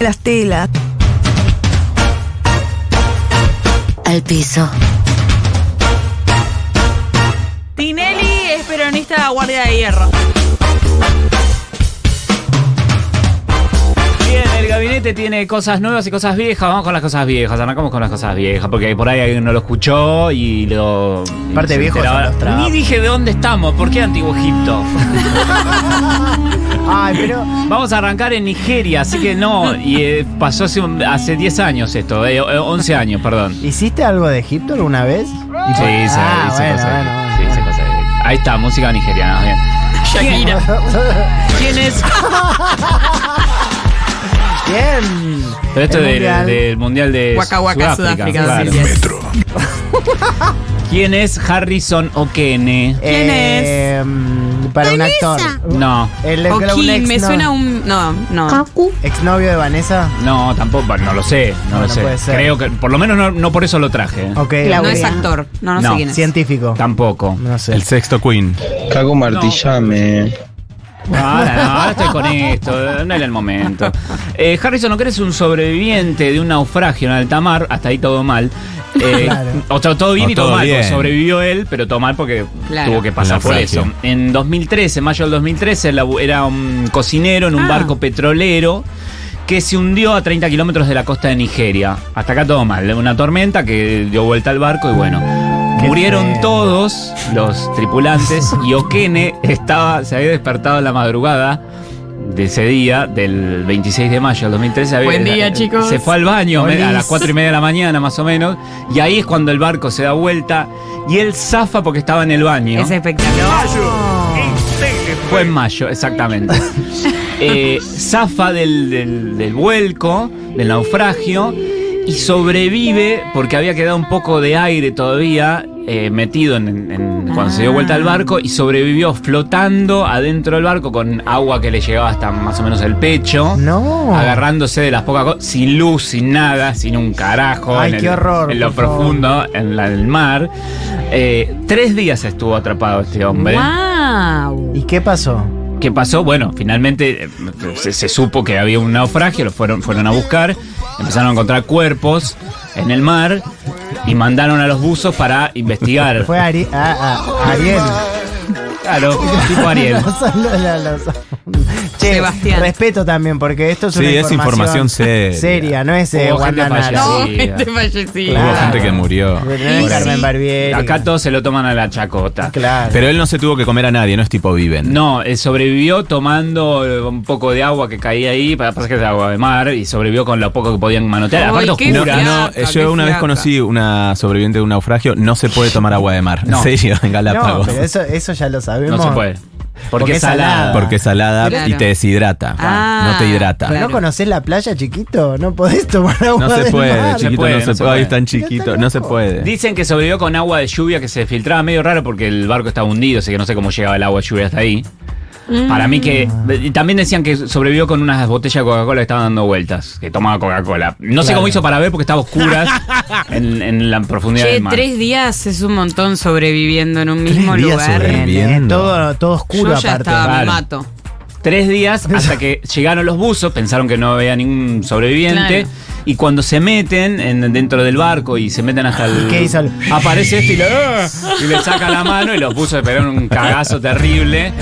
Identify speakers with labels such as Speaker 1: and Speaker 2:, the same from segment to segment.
Speaker 1: las telas.
Speaker 2: Al piso.
Speaker 3: Tinelli es peronista de Guardia de Hierro.
Speaker 4: Bien, el gabinete tiene cosas nuevas y cosas viejas. Vamos con las cosas viejas, arrancamos con las cosas viejas, porque por ahí alguien no lo escuchó y lo. y
Speaker 5: Parte
Speaker 4: se
Speaker 5: viejo
Speaker 4: enteraba.
Speaker 5: son los trapos.
Speaker 4: Ni dije de dónde estamos, ¿por qué Antiguo Egipto?
Speaker 5: Ay, pero.
Speaker 4: Vamos a arrancar en Nigeria, así que no, y eh, pasó hace, un- hace 10 años esto, eh, eh, 11 años, perdón.
Speaker 5: ¿Hiciste algo de Egipto alguna vez?
Speaker 4: Sí, se- hice
Speaker 5: Ah, bueno,
Speaker 4: cosas-
Speaker 5: bueno, bueno,
Speaker 4: sí, hice
Speaker 5: bueno.
Speaker 4: cosas- Ahí está, música nigeriana, bien. Shakira. ¿Quién es?
Speaker 5: Bien.
Speaker 4: Pero esto
Speaker 5: El
Speaker 4: del
Speaker 5: mundial.
Speaker 4: mundial. del Mundial de
Speaker 3: Waka Waka, Sudáfrica,
Speaker 4: claro.
Speaker 3: sí, sí es.
Speaker 4: ¿Quién es Harrison Okene?
Speaker 3: ¿Quién
Speaker 5: Eh, mm, Para un actor.
Speaker 4: No,
Speaker 5: El,
Speaker 3: O
Speaker 5: un
Speaker 3: King,
Speaker 5: ex-
Speaker 3: me
Speaker 5: no- Ah.
Speaker 3: suena un. No, no.
Speaker 5: ¿Exnovio de Vanessa?
Speaker 4: no, tampoco, no lo sé, no,
Speaker 5: No,
Speaker 4: lo
Speaker 5: no
Speaker 4: sé.
Speaker 5: puede ser.
Speaker 4: Creo que, por lo menos no, no por eso lo traje. ¿eh?
Speaker 5: Ok.
Speaker 3: No
Speaker 2: Claudia.
Speaker 3: es actor. No, no,
Speaker 4: No.
Speaker 3: sé quién es.
Speaker 5: Científico.
Speaker 4: Tampoco.
Speaker 5: No sé.
Speaker 6: El sexto Queen.
Speaker 7: Cago martillame.
Speaker 4: Ahora, no, ahora estoy con esto, no era el momento. Eh, Harrison, ¿no crees un sobreviviente de un naufragio en alta mar? Hasta ahí todo mal. Eh,
Speaker 5: Claro.
Speaker 4: O sea, todo bien
Speaker 6: O
Speaker 4: y todo,
Speaker 6: todo
Speaker 4: mal, porque
Speaker 6: bien.
Speaker 4: sobrevivió él, pero todo mal porque
Speaker 3: Claro.
Speaker 4: tuvo que pasar por
Speaker 6: Naufragio.
Speaker 4: eso. En 2013, en mayo del 2013, él labu- era un cocinero en un
Speaker 3: Ah.
Speaker 4: barco petrolero que se hundió a 30 kilómetros de la costa de Nigeria. Hasta acá todo mal. Una tormenta que dio vuelta al barco y bueno.
Speaker 5: Qué
Speaker 4: murieron
Speaker 5: feo.
Speaker 4: todos los tripulantes y Okene estaba, se había despertado en la madrugada de ese día, del 26 de mayo del 2013. había- eh,
Speaker 3: Buen día, chicos.
Speaker 4: Se fue al baño
Speaker 5: Olis.
Speaker 4: me- a las 4 y media de la mañana más o menos y ahí es cuando el barco se da vuelta y él zafa porque estaba en el baño.
Speaker 3: Es espectacular.
Speaker 4: Fue en mayo, exactamente. Eh, zafa del, del- del vuelco, del naufragio, y sobrevive porque había quedado un poco de aire todavía eh, metido en, en- en- cuando se dio vuelta al
Speaker 5: Ah.
Speaker 4: barco y sobrevivió flotando adentro del barco con agua que le llegaba hasta más o menos el pecho.
Speaker 5: No.
Speaker 4: Agarrándose de las pocas cosas, sin luz, sin nada, sin un carajo.
Speaker 5: Ay,
Speaker 4: en el-
Speaker 5: qué horror,
Speaker 4: En lo
Speaker 5: por favor.
Speaker 4: profundo, en la del mar. Eh, tres días estuvo atrapado este hombre.
Speaker 3: ¡Wow!
Speaker 5: ¿Y qué pasó?
Speaker 4: ¿Qué pasó? Bueno, finalmente eh, se, se supo que había un naufragio, lo fueron, fueron a buscar, empezaron a encontrar cuerpos en el mar y mandaron a los buzos para investigar.
Speaker 5: Fue Ari ah, ah, Ariel.
Speaker 4: Claro, tipo Ariel.
Speaker 5: Los- los- los- los- Che,
Speaker 3: Sebastián.
Speaker 5: respeto también, porque esto es una
Speaker 6: Sí, es información seria.
Speaker 5: no es eh,
Speaker 4: Hubo gente
Speaker 5: Wanda Nara.
Speaker 4: fallecida.
Speaker 3: No,
Speaker 4: Sí,
Speaker 3: este fallecido.
Speaker 5: Claro.
Speaker 6: Hubo gente que murió.
Speaker 5: No es
Speaker 3: Sí,
Speaker 5: Carmen
Speaker 3: sí.
Speaker 5: Barbieri.
Speaker 4: Acá todos se lo toman a la chacota.
Speaker 5: Claro.
Speaker 6: Pero él no se tuvo que comer a nadie, no es tipo viven.
Speaker 4: No, eh, sobrevivió tomando eh, un poco de agua que caía ahí, pa- pasa que es agua de mar, y sobrevivió con lo poco que podían manotear.
Speaker 3: Ay,
Speaker 4: Aparte
Speaker 3: qué
Speaker 6: No,
Speaker 4: oscura.
Speaker 3: fiaca,
Speaker 6: no, eh,
Speaker 3: qué
Speaker 6: yo una vez
Speaker 3: fiaca.
Speaker 6: conocí una sobreviviente de un naufragio, no se puede tomar agua de mar.
Speaker 4: No.
Speaker 6: En serio, en
Speaker 5: no,
Speaker 6: Galápagos.
Speaker 5: pero eso, eso ya lo sabemos.
Speaker 4: No se puede.
Speaker 5: Porque
Speaker 4: Porque
Speaker 5: es
Speaker 4: es salada.
Speaker 5: salada.
Speaker 6: Porque es salada
Speaker 3: Claro.
Speaker 6: y te deshidrata.
Speaker 3: Ah,
Speaker 6: no te hidrata.
Speaker 3: claro.
Speaker 5: ¿No conoces la playa, chiquito? No podés tomar agua
Speaker 6: No
Speaker 5: del
Speaker 6: se puede,
Speaker 5: mar.
Speaker 4: chico.
Speaker 6: chiquito,
Speaker 4: puede,
Speaker 6: no se puede. Ahí es tan
Speaker 5: Pero
Speaker 6: chiquito,
Speaker 5: está
Speaker 6: no se
Speaker 5: loco.
Speaker 6: puede.
Speaker 4: Dicen que sobrevivió con agua de lluvia que se filtraba medio raro porque el barco estaba hundido, así que no sé cómo llegaba el agua de lluvia hasta ahí.
Speaker 3: Mm.
Speaker 4: Para mí que. y También decían que sobrevivió con unas botellas de Coca-Cola que estaban dando vueltas, que tomaba Coca-Cola. No sé
Speaker 5: Claro.
Speaker 4: cómo hizo para ver porque estaba a oscuras en, en la profundidad
Speaker 3: Che,
Speaker 4: del mar.
Speaker 3: tres días es un montón sobreviviendo en un mismo
Speaker 6: días
Speaker 3: lugar.
Speaker 6: sobreviviendo.
Speaker 5: Bien, eh,
Speaker 6: Viviendo.
Speaker 5: todo, todo
Speaker 3: Yo
Speaker 5: oscuro
Speaker 3: ya
Speaker 5: aparte.
Speaker 3: estaba, me
Speaker 4: Claro.
Speaker 3: mato.
Speaker 4: Tres días hasta que llegaron los buzos, pensaron que no había ningún sobreviviente.
Speaker 3: Claro.
Speaker 4: Y cuando se meten en- dentro del barco y se meten
Speaker 6: Ah,
Speaker 4: hasta el.
Speaker 5: ¿Qué hizo el-
Speaker 4: Aparece este y, le- ¡Ah! y le saca la mano y los buzos esperaron un cagazo terrible.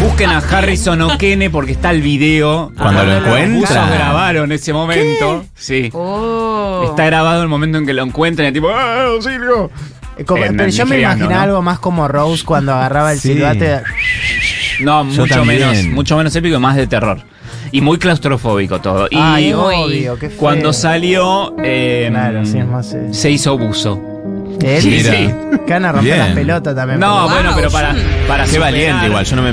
Speaker 4: Busquen a Harrison O'Kene porque está el video.
Speaker 6: Cuando lo
Speaker 4: Los buzos
Speaker 6: encuentran.
Speaker 4: grabaron ese momento. Sí.
Speaker 3: Oh.
Speaker 4: Está grabado el momento en que lo encuentran y tipo, ¡ah, auxilio!
Speaker 5: Eh, como-
Speaker 4: En-
Speaker 5: pero
Speaker 4: en
Speaker 5: yo me
Speaker 4: nigeriano,
Speaker 5: imaginaba
Speaker 4: ¿no?
Speaker 5: algo más como Rose cuando agarraba el
Speaker 6: Sí.
Speaker 5: silbate.
Speaker 4: No,
Speaker 6: Yo
Speaker 4: mucho
Speaker 6: también.
Speaker 4: menos, mucho menos épico y más de terror. Y muy claustrofóbico todo. Y
Speaker 3: Uy.
Speaker 5: Ay, obvio, qué feo.
Speaker 4: Cuando salió, eh,
Speaker 5: Claro, sí, es más, eh.
Speaker 4: se hizo buzo.
Speaker 5: Él,
Speaker 4: Sí,
Speaker 6: Mira.
Speaker 4: sí.
Speaker 5: Que van a romper
Speaker 6: Bien.
Speaker 5: las pelotas también.
Speaker 4: No,
Speaker 3: Wow,
Speaker 4: bueno, pero para,
Speaker 3: sí.
Speaker 4: para
Speaker 6: Qué
Speaker 4: superar-
Speaker 6: valiente igual, yo no me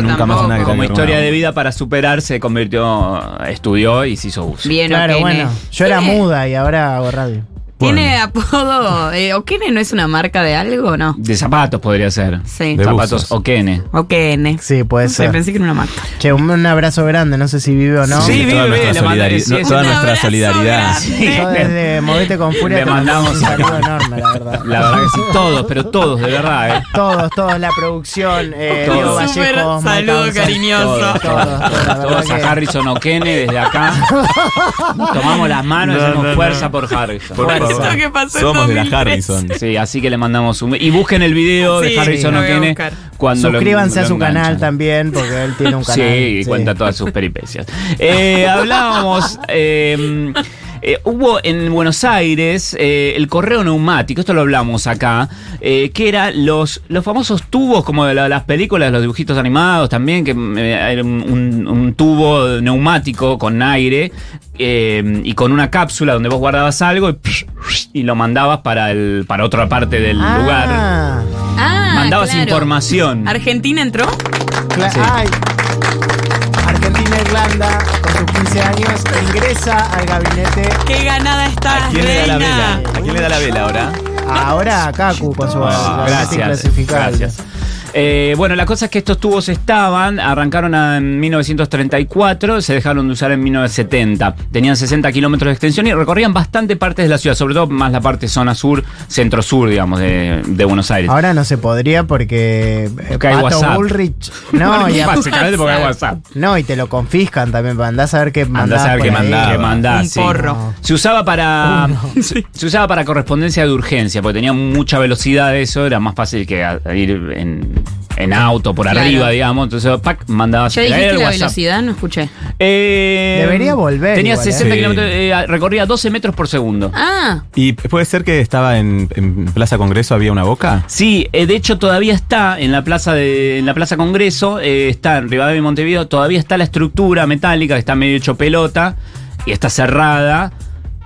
Speaker 3: Yo
Speaker 6: nunca más en nada que
Speaker 3: tampoco.
Speaker 4: Como
Speaker 6: tenga que
Speaker 4: historia
Speaker 6: ver
Speaker 4: de vida para superar, se convirtió, estudió y se hizo buzo.
Speaker 3: Bien,
Speaker 5: Claro,
Speaker 3: Okene.
Speaker 5: bueno. Yo era muda y ahora hago radio.
Speaker 1: ¿Tiene apodo? Eh, ¿Okene no es una marca de algo o no?
Speaker 4: De zapatos podría ser.
Speaker 1: Sí.
Speaker 6: De
Speaker 4: zapatos
Speaker 6: buzos.
Speaker 4: Okene.
Speaker 1: Okene.
Speaker 5: Sí, puede
Speaker 1: Sí,
Speaker 5: ser.
Speaker 1: pensé que era una marca.
Speaker 5: Che, un, un abrazo grande, no sé si vive o no.
Speaker 4: Sí, vive,
Speaker 6: toda nuestra
Speaker 4: le mandaré, sí, sí.
Speaker 6: solidaridad. Toda
Speaker 1: Un
Speaker 6: nuestra
Speaker 1: abrazo
Speaker 6: solidaridad.
Speaker 1: grande.
Speaker 5: Yo desde Movete con Furia
Speaker 4: Le
Speaker 5: te mando
Speaker 4: mandamos
Speaker 5: un saludo enorme, la verdad.
Speaker 4: La verdad que sí, todos, pero todos, de verdad, ¿eh?
Speaker 5: Todos, todos, la producción, eh,
Speaker 4: Todos.
Speaker 5: Diego
Speaker 1: Súper
Speaker 5: Vallejos, Mike
Speaker 1: saludo
Speaker 5: Hanson.
Speaker 1: cariñoso.
Speaker 5: Todos, todos, todos, la verdad
Speaker 4: Todos
Speaker 5: que-
Speaker 4: a Harrison O'Kene desde acá. Tomamos las manos y hacemos fuerza por Harrison.
Speaker 6: Por
Speaker 4: Fuerza.
Speaker 6: favor.
Speaker 1: Esto que pasó en
Speaker 6: Somos de la
Speaker 1: 2003.
Speaker 6: Harrison.
Speaker 4: Sí, así que le mandamos un. Y busquen el video
Speaker 1: Sí,
Speaker 4: de Harrison
Speaker 1: lo voy a
Speaker 4: O'Kene
Speaker 1: buscar.
Speaker 4: cuando lo-
Speaker 5: Suscríbanse
Speaker 4: lo
Speaker 5: a su
Speaker 4: enganchan.
Speaker 5: canal también, porque él tiene un canal.
Speaker 4: Sí, y cuenta todas sus peripecias. Eh, hablábamos. eh, eh, hubo en Buenos Aires eh, el correo neumático, esto lo hablamos acá, eh, que era los, los famosos tubos como de la- las películas, los dibujitos animados también, que mm, eh, era un, un- un tubo neumático con aire eh, y con una cápsula donde vos guardabas algo y, y lo mandabas para, el, para otra parte del lugar.
Speaker 5: Ah,
Speaker 1: Ah,
Speaker 4: Mandabas
Speaker 1: claro.
Speaker 4: información.
Speaker 1: ¿Argentina entró?
Speaker 5: cla-
Speaker 4: Sí.
Speaker 5: ay. Argentina Irlanda, con sus 15 años, ingresa al gabinete.
Speaker 1: ¡Qué ganada está!
Speaker 6: ¿A quién le da la vela?
Speaker 1: reina!
Speaker 6: ¿A quién le da la vela ahora?
Speaker 5: Ahora a Kaku con su
Speaker 4: Ah,
Speaker 5: gabinete
Speaker 4: gracias.
Speaker 5: inclasificable.
Speaker 4: gracias. Eh, bueno, la cosa es que estos tubos estaban, arrancaron a- en 1934, se dejaron de usar en 1970. Tenían 60 kilómetros de extensión y recorrían bastante partes de la ciudad, sobre todo más la parte zona sur, centro-sur, digamos, de, de Buenos Aires.
Speaker 5: Ahora no se podría porque eh,
Speaker 4: Porque hay
Speaker 5: Pato
Speaker 4: WhatsApp.
Speaker 5: Bullrich. No, y a-
Speaker 4: Básicamente porque hay
Speaker 1: WhatsApp.
Speaker 4: WhatsApp.
Speaker 5: no, y te lo confiscan también. Andás a ver qué mandás.
Speaker 4: Andás a ver
Speaker 5: por
Speaker 4: qué
Speaker 5: ahí.
Speaker 4: mandaba.
Speaker 6: mandaba.
Speaker 1: Un porro.
Speaker 5: No.
Speaker 4: Se usaba para. se, se usaba para correspondencia de urgencia, porque tenía mucha velocidad eso, era más fácil que a- ir en, en auto por
Speaker 1: Claro.
Speaker 4: arriba, digamos. Entonces, pac, mandabas
Speaker 1: ¿Ya dijiste
Speaker 4: el
Speaker 1: la
Speaker 4: WhatsApp.
Speaker 1: velocidad? No escuché.
Speaker 4: Eh,
Speaker 5: Debería volver
Speaker 4: Tenía
Speaker 5: igual,
Speaker 4: 60
Speaker 6: ¿eh?
Speaker 4: kilómetros, eh, recorría 12 metros por segundo.
Speaker 1: Ah,
Speaker 6: ¿Y puede ser que estaba en, en Plaza Congreso, había una boca?
Speaker 4: Sí, eh, de hecho todavía está en la plaza de, en la plaza Congreso, eh, está en Rivadavia y Montevideo, todavía está la estructura metálica que está medio hecho pelota y está cerrada.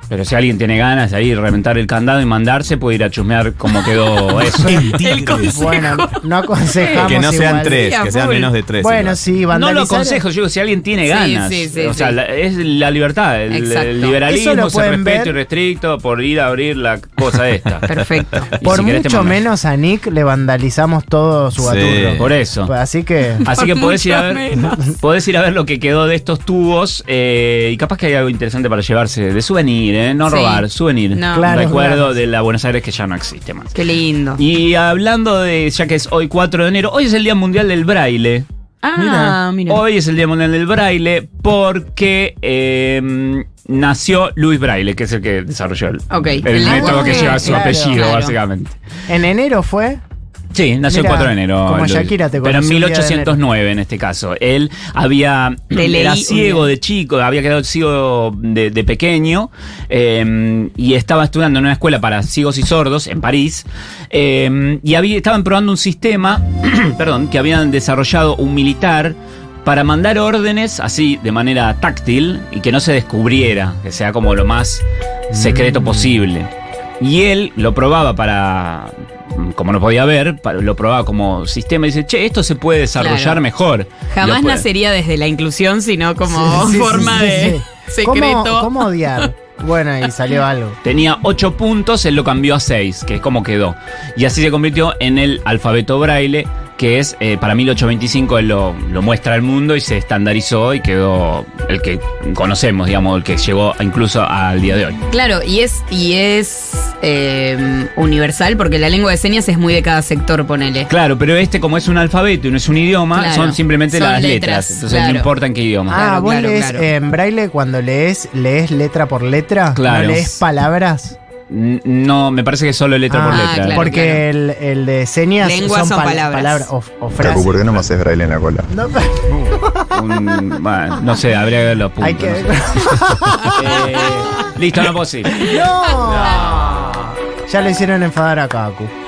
Speaker 4: Pero si alguien tiene ganas de ahí reventar el candado y mandarse, puede ir a chusmear como quedó eso.
Speaker 1: el consejo.
Speaker 5: Bueno, no aconsejamos.
Speaker 6: que no sean
Speaker 5: igual.
Speaker 6: tres,
Speaker 1: Sí, a
Speaker 6: que sean
Speaker 1: full.
Speaker 6: menos de tres.
Speaker 5: Bueno,
Speaker 6: igual.
Speaker 5: sí,
Speaker 4: No lo
Speaker 5: vandalizar-
Speaker 4: aconsejo, yo digo, si alguien tiene
Speaker 1: Sí,
Speaker 4: ganas.
Speaker 1: sí, sí,
Speaker 4: o sea,
Speaker 1: sí.
Speaker 4: la- es la libertad, el- el,
Speaker 1: Exacto.
Speaker 5: Eso
Speaker 4: liberalismo,
Speaker 5: lo
Speaker 4: ese
Speaker 5: pueden
Speaker 4: respeto
Speaker 5: ver.
Speaker 4: irrestricto por ir a abrir la cosa esta.
Speaker 1: Perfecto.
Speaker 4: Y
Speaker 5: Por
Speaker 4: si querés te
Speaker 5: mucho
Speaker 4: mando.
Speaker 5: menos a Nick le vandalizamos todo su
Speaker 6: Sí.
Speaker 5: baturro.
Speaker 4: Por eso.
Speaker 5: Así que.
Speaker 4: Así
Speaker 1: Por
Speaker 4: que podés ir, a
Speaker 1: mucho
Speaker 4: ver,
Speaker 1: menos.
Speaker 4: podés ir a ver lo que quedó de estos tubos eh, y capaz que hay algo interesante para llevarse de souvenir, ¿eh? no
Speaker 1: Sí.
Speaker 4: robar, souvenir.
Speaker 1: No.
Speaker 5: Claro,
Speaker 4: Recuerdo
Speaker 5: claro.
Speaker 4: de la Buenos Aires que ya no existe más.
Speaker 1: Qué lindo.
Speaker 4: Y hablando de, ya que es hoy 4 de enero, hoy es el Día Mundial del Braille.
Speaker 1: Ah, mira.
Speaker 4: Hoy es el Día Mundial del Braille porque eh, nació Luis Braille, que es el que desarrolló el,
Speaker 1: Ok.
Speaker 4: el
Speaker 1: Ah,
Speaker 4: método que
Speaker 1: ok,
Speaker 4: lleva su
Speaker 5: claro.
Speaker 4: apellido,
Speaker 1: Claro.
Speaker 4: básicamente.
Speaker 5: En enero fue.
Speaker 4: Sí, nació
Speaker 5: Mirá,
Speaker 4: el 4 de enero.
Speaker 5: como
Speaker 4: Luis.
Speaker 5: Shakira te
Speaker 4: Pero en
Speaker 5: conocí un día de
Speaker 4: 1809 en este caso. Él había
Speaker 1: Te leí
Speaker 4: era
Speaker 1: un
Speaker 4: ciego
Speaker 1: día.
Speaker 4: de chico, había quedado ciego de, de pequeño eh, y estaba estudiando en una escuela para ciegos y sordos en París eh, y había, estaban probando un sistema, perdón, que habían desarrollado un militar para mandar órdenes así de manera táctil y que no se descubriera, que sea como lo más secreto
Speaker 5: Mm.
Speaker 4: posible. Y él lo probaba para, mm, como no podía ver, pa- lo probaba como sistema y dice, che, esto se puede desarrollar
Speaker 1: Claro.
Speaker 4: mejor. Lo
Speaker 1: Jamás
Speaker 4: puede.
Speaker 1: nacería desde la inclusión, sino como
Speaker 5: Sí, sí,
Speaker 1: forma
Speaker 5: sí, sí,
Speaker 1: de
Speaker 5: sí.
Speaker 1: secreto.
Speaker 5: ¿Cómo, cómo odiar? Bueno, y salió algo.
Speaker 4: Tenía 8 puntos, él lo cambió a 6, que es como quedó. Y así se convirtió en el alfabeto braille, que es, eh, para 1825 él lo, lo muestra al mundo y se estandarizó y quedó el que conocemos, digamos, el que llegó incluso al día de hoy.
Speaker 1: Claro, y es, y es eh, universal porque la lengua de señas es muy de cada sector, ponele.
Speaker 4: Claro, pero este como es un alfabeto y no es un idioma,
Speaker 1: Claro.
Speaker 4: son simplemente
Speaker 1: Son
Speaker 4: las letras.
Speaker 1: letras,
Speaker 4: Entonces
Speaker 1: claro.
Speaker 4: no importa en qué idioma.
Speaker 5: ah,
Speaker 1: Claro,
Speaker 5: vos
Speaker 1: claro,
Speaker 5: lees
Speaker 1: claro.
Speaker 5: en braille cuando lees, lees letra por letra.
Speaker 4: Claro.
Speaker 5: No lees palabras.
Speaker 4: N- No, me parece que solo letra por
Speaker 5: Ah,
Speaker 4: letra. ¿eh?
Speaker 1: claro.
Speaker 5: porque El, el de señas
Speaker 1: Lenguas son
Speaker 5: pal-
Speaker 1: palabras.
Speaker 5: o, o
Speaker 8: Cacu, ¿por
Speaker 5: frases.
Speaker 8: qué no me haces braille en la cola?
Speaker 5: No,
Speaker 4: Un- bueno, no sé, habría que ver los puntos.
Speaker 5: hay que.
Speaker 4: no sé. Eh, listo, no puedo seguir.
Speaker 5: ¡No! Ya lo hicieron enfadar a Kaku.